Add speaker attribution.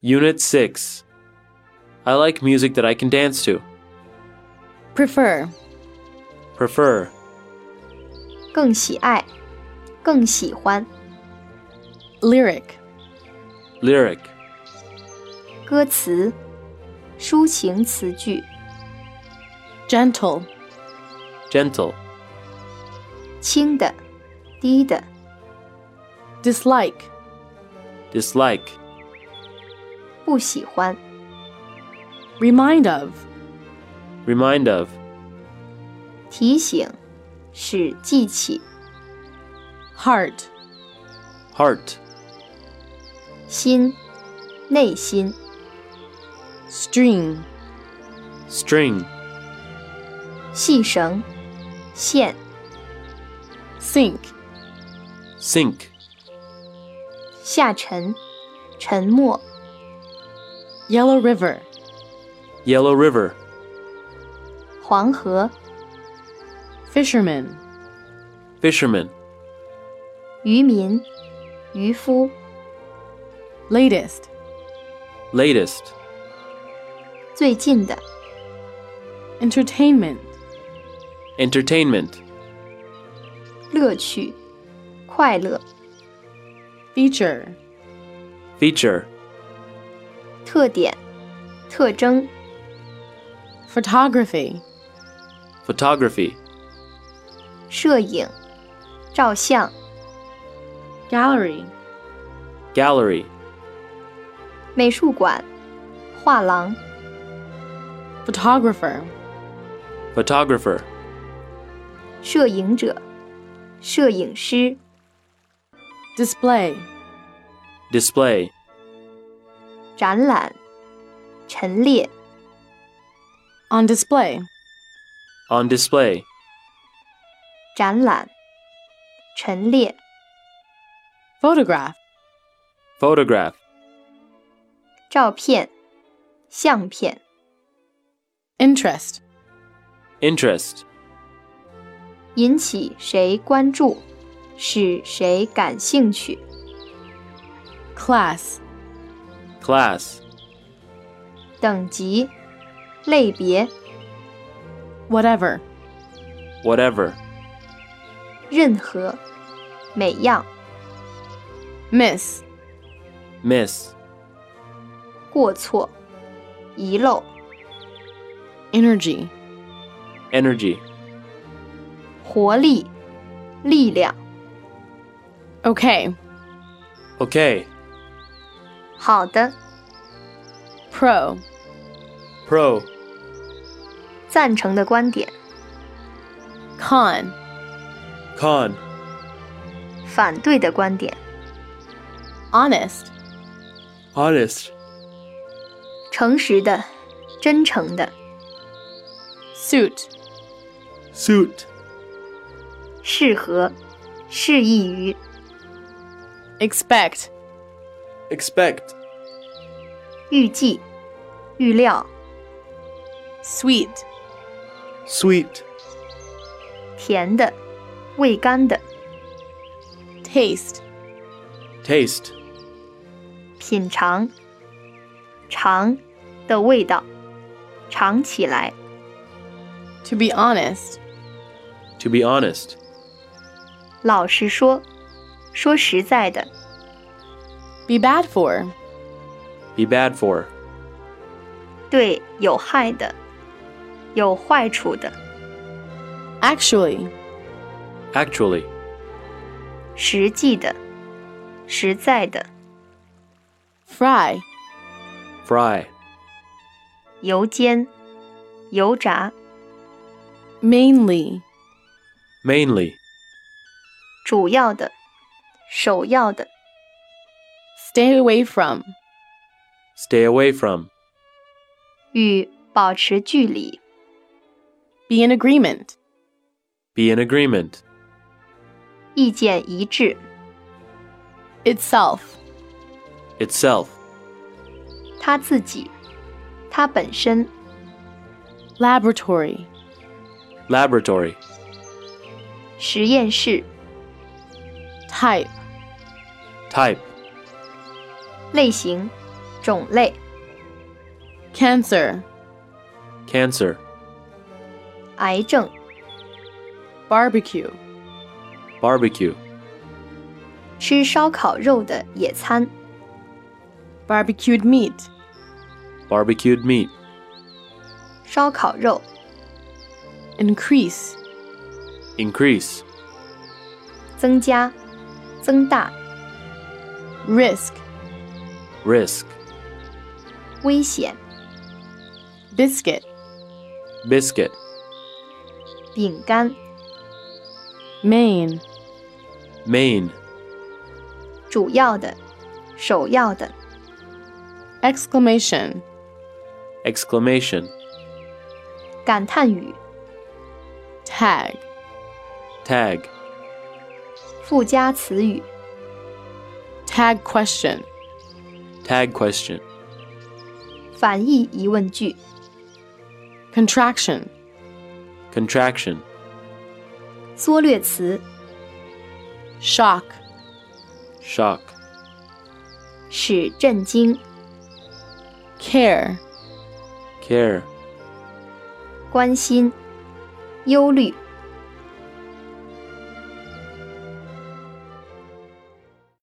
Speaker 1: Unit 6. I like music that I can dance to.
Speaker 2: prefer,
Speaker 1: Prefer.
Speaker 3: 更喜爱，更喜欢。
Speaker 2: lyric,
Speaker 1: Lyric.
Speaker 3: 歌词，抒情词句，
Speaker 2: gentle,
Speaker 1: Gentle.
Speaker 3: 轻的，低的，
Speaker 2: dislike,
Speaker 1: Dislike.
Speaker 3: 不喜欢，
Speaker 2: remind of,
Speaker 1: Remind of.
Speaker 3: 提醒，使记起，
Speaker 2: heart,
Speaker 1: Heart.
Speaker 3: 心，内心，
Speaker 2: string,
Speaker 1: String.
Speaker 3: 细绳，线，
Speaker 2: sink,
Speaker 1: Sink.
Speaker 3: 下沉，沉默，
Speaker 2: yellow river,
Speaker 1: Yellow River.
Speaker 3: 黄河，
Speaker 2: fisherman,
Speaker 1: Fisherman.
Speaker 3: 渔民，渔夫，
Speaker 2: latest,
Speaker 1: Latest.
Speaker 3: 最近的，
Speaker 2: entertainment,
Speaker 1: Entertainment.
Speaker 3: 乐趣，快乐，
Speaker 2: feature,
Speaker 1: Feature.
Speaker 3: 特点，特征，
Speaker 2: photography,
Speaker 1: Photography.
Speaker 3: 摄影，照相，
Speaker 2: gallery,
Speaker 1: Gallery.
Speaker 3: 美术馆，画廊，
Speaker 2: photographer,
Speaker 1: Photographer.
Speaker 3: 摄影者，摄影师，
Speaker 2: display,
Speaker 1: Display.
Speaker 3: 展览，陈列，
Speaker 2: on display,
Speaker 1: On display.
Speaker 3: 展览，陈列，
Speaker 2: photograph,
Speaker 1: Photograph.
Speaker 3: 照片，相片，
Speaker 2: interest,
Speaker 1: Interest.
Speaker 3: 引起谁关注，使谁感兴趣，
Speaker 2: class,
Speaker 1: Class.
Speaker 3: 等级，类别，
Speaker 2: whatever,
Speaker 1: Whatever.
Speaker 3: 任何，每样，
Speaker 2: miss,
Speaker 1: Miss.
Speaker 3: 过错，遗漏，
Speaker 2: energy,
Speaker 1: Energy.
Speaker 3: 活力，力量，
Speaker 2: okay,
Speaker 1: Okay.
Speaker 3: 好的，
Speaker 2: pro,
Speaker 1: Pro.
Speaker 3: 赞成的观点，
Speaker 2: con,
Speaker 1: Con.
Speaker 3: 反对的观点，
Speaker 2: honest,
Speaker 1: Honest.
Speaker 3: 诚实的，真诚的，
Speaker 2: suit,
Speaker 1: Suit.
Speaker 3: 适合，适宜于，
Speaker 2: expect,
Speaker 1: Expect.
Speaker 3: 预计，预料，
Speaker 2: sweet,
Speaker 1: Sweet.
Speaker 3: 甜的，味甘的，
Speaker 2: taste,
Speaker 1: Taste.
Speaker 3: 品尝，尝的味道，尝起来，
Speaker 2: to be honest,
Speaker 1: To be honest.
Speaker 3: 老实说，说实在的，
Speaker 2: be bad for,
Speaker 1: Be bad for.
Speaker 3: 对有害的，有坏处的，
Speaker 2: actually,
Speaker 1: Actually.
Speaker 3: 实际的，实在的，
Speaker 2: fry,
Speaker 1: Fry.
Speaker 3: 油煎，油炸，
Speaker 2: mainly,
Speaker 1: Mainly.
Speaker 3: 主要的，首要的，
Speaker 2: stay away from,
Speaker 1: Stay away from.
Speaker 3: 与保持距离，
Speaker 2: be in agreement,
Speaker 1: Be in agreement.
Speaker 3: 意见一致，
Speaker 2: itself,
Speaker 1: Itself.
Speaker 3: 他自己，他本身，
Speaker 2: laboratory,
Speaker 1: Laboratory.
Speaker 3: 实验室，
Speaker 2: type,
Speaker 1: Type.
Speaker 3: 类型，种类、
Speaker 2: cancer,
Speaker 1: cancer,
Speaker 3: 癌症、
Speaker 2: barbecue,
Speaker 1: barbecue,
Speaker 3: 吃烧烤肉的野餐、
Speaker 2: barbecued meat,
Speaker 1: barbecued meat,
Speaker 3: 烧烤肉、
Speaker 2: increase,
Speaker 1: increase,
Speaker 3: 增加、增大、
Speaker 2: risk,
Speaker 1: risk,
Speaker 3: 危险、
Speaker 2: biscuit,
Speaker 1: biscuit,
Speaker 3: 饼干、
Speaker 2: main,
Speaker 1: main,
Speaker 3: 主要的、首要的、
Speaker 2: exclamation,
Speaker 1: exclamation,
Speaker 3: 感叹语、
Speaker 2: tag,
Speaker 1: tag,
Speaker 3: 附加词语、
Speaker 2: tag question,
Speaker 1: tag question,
Speaker 3: 反义疑问句、
Speaker 2: contraction,
Speaker 1: contraction,
Speaker 3: 缩略词、
Speaker 2: shock,
Speaker 1: shock,
Speaker 3: 使震惊、
Speaker 2: care,
Speaker 1: care,
Speaker 3: 关心、忧虑、